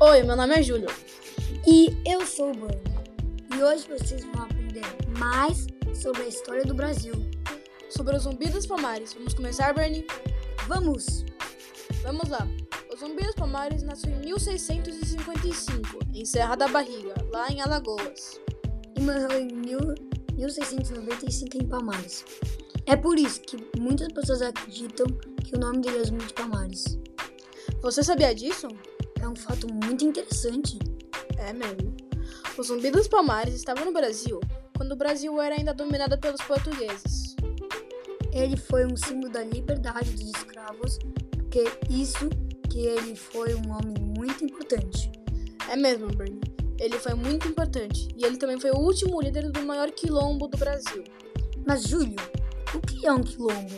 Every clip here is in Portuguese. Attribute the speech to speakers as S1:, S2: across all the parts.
S1: Oi, meu nome é Júlio.
S2: E eu sou o Bruno. E hoje vocês vão aprender mais sobre a história do Brasil.
S1: Sobre o zumbi dos palmares. Vamos começar, Bernie?
S2: Vamos!
S1: Vamos lá. O zumbi dos palmares nasceu em 1655, em Serra da Barriga, lá em Alagoas.
S2: E morreu em mil- 1695 em Palmares. É por isso que muitas pessoas acreditam que o nome dele é Zumbi de Palmares.
S1: Você sabia disso?
S2: É um fato muito interessante.
S1: É mesmo. O zumbi dos palmares estava no Brasil, quando o Brasil era ainda dominado pelos portugueses.
S2: Ele foi um símbolo da liberdade dos escravos, porque isso que ele foi um homem muito importante.
S1: É mesmo, Bernie. Ele foi muito importante e ele também foi o último líder do maior quilombo do Brasil.
S2: Mas, Júlio, o que é um quilombo?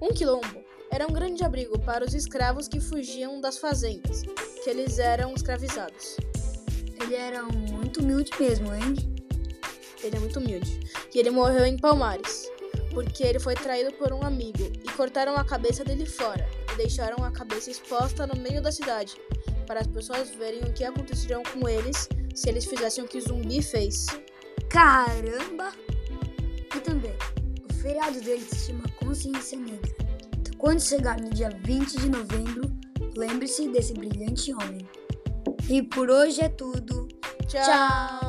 S1: Um quilombo era um grande abrigo para os escravos que fugiam das fazendas, que eles eram escravizados.
S2: Ele era um muito humilde mesmo, hein?
S1: Ele é muito humilde. E ele morreu em Palmares, porque ele foi traído por um amigo e cortaram a cabeça dele fora e deixaram a cabeça exposta no meio da cidade, para as pessoas verem o que aconteceriam com eles se eles fizessem o que o zumbi fez.
S2: Caramba! E também, o feriado dele se chama Consciência Negra. Então, quando chegar no dia 20 de novembro, lembre-se desse brilhante homem. E por hoje é tudo. Tchau.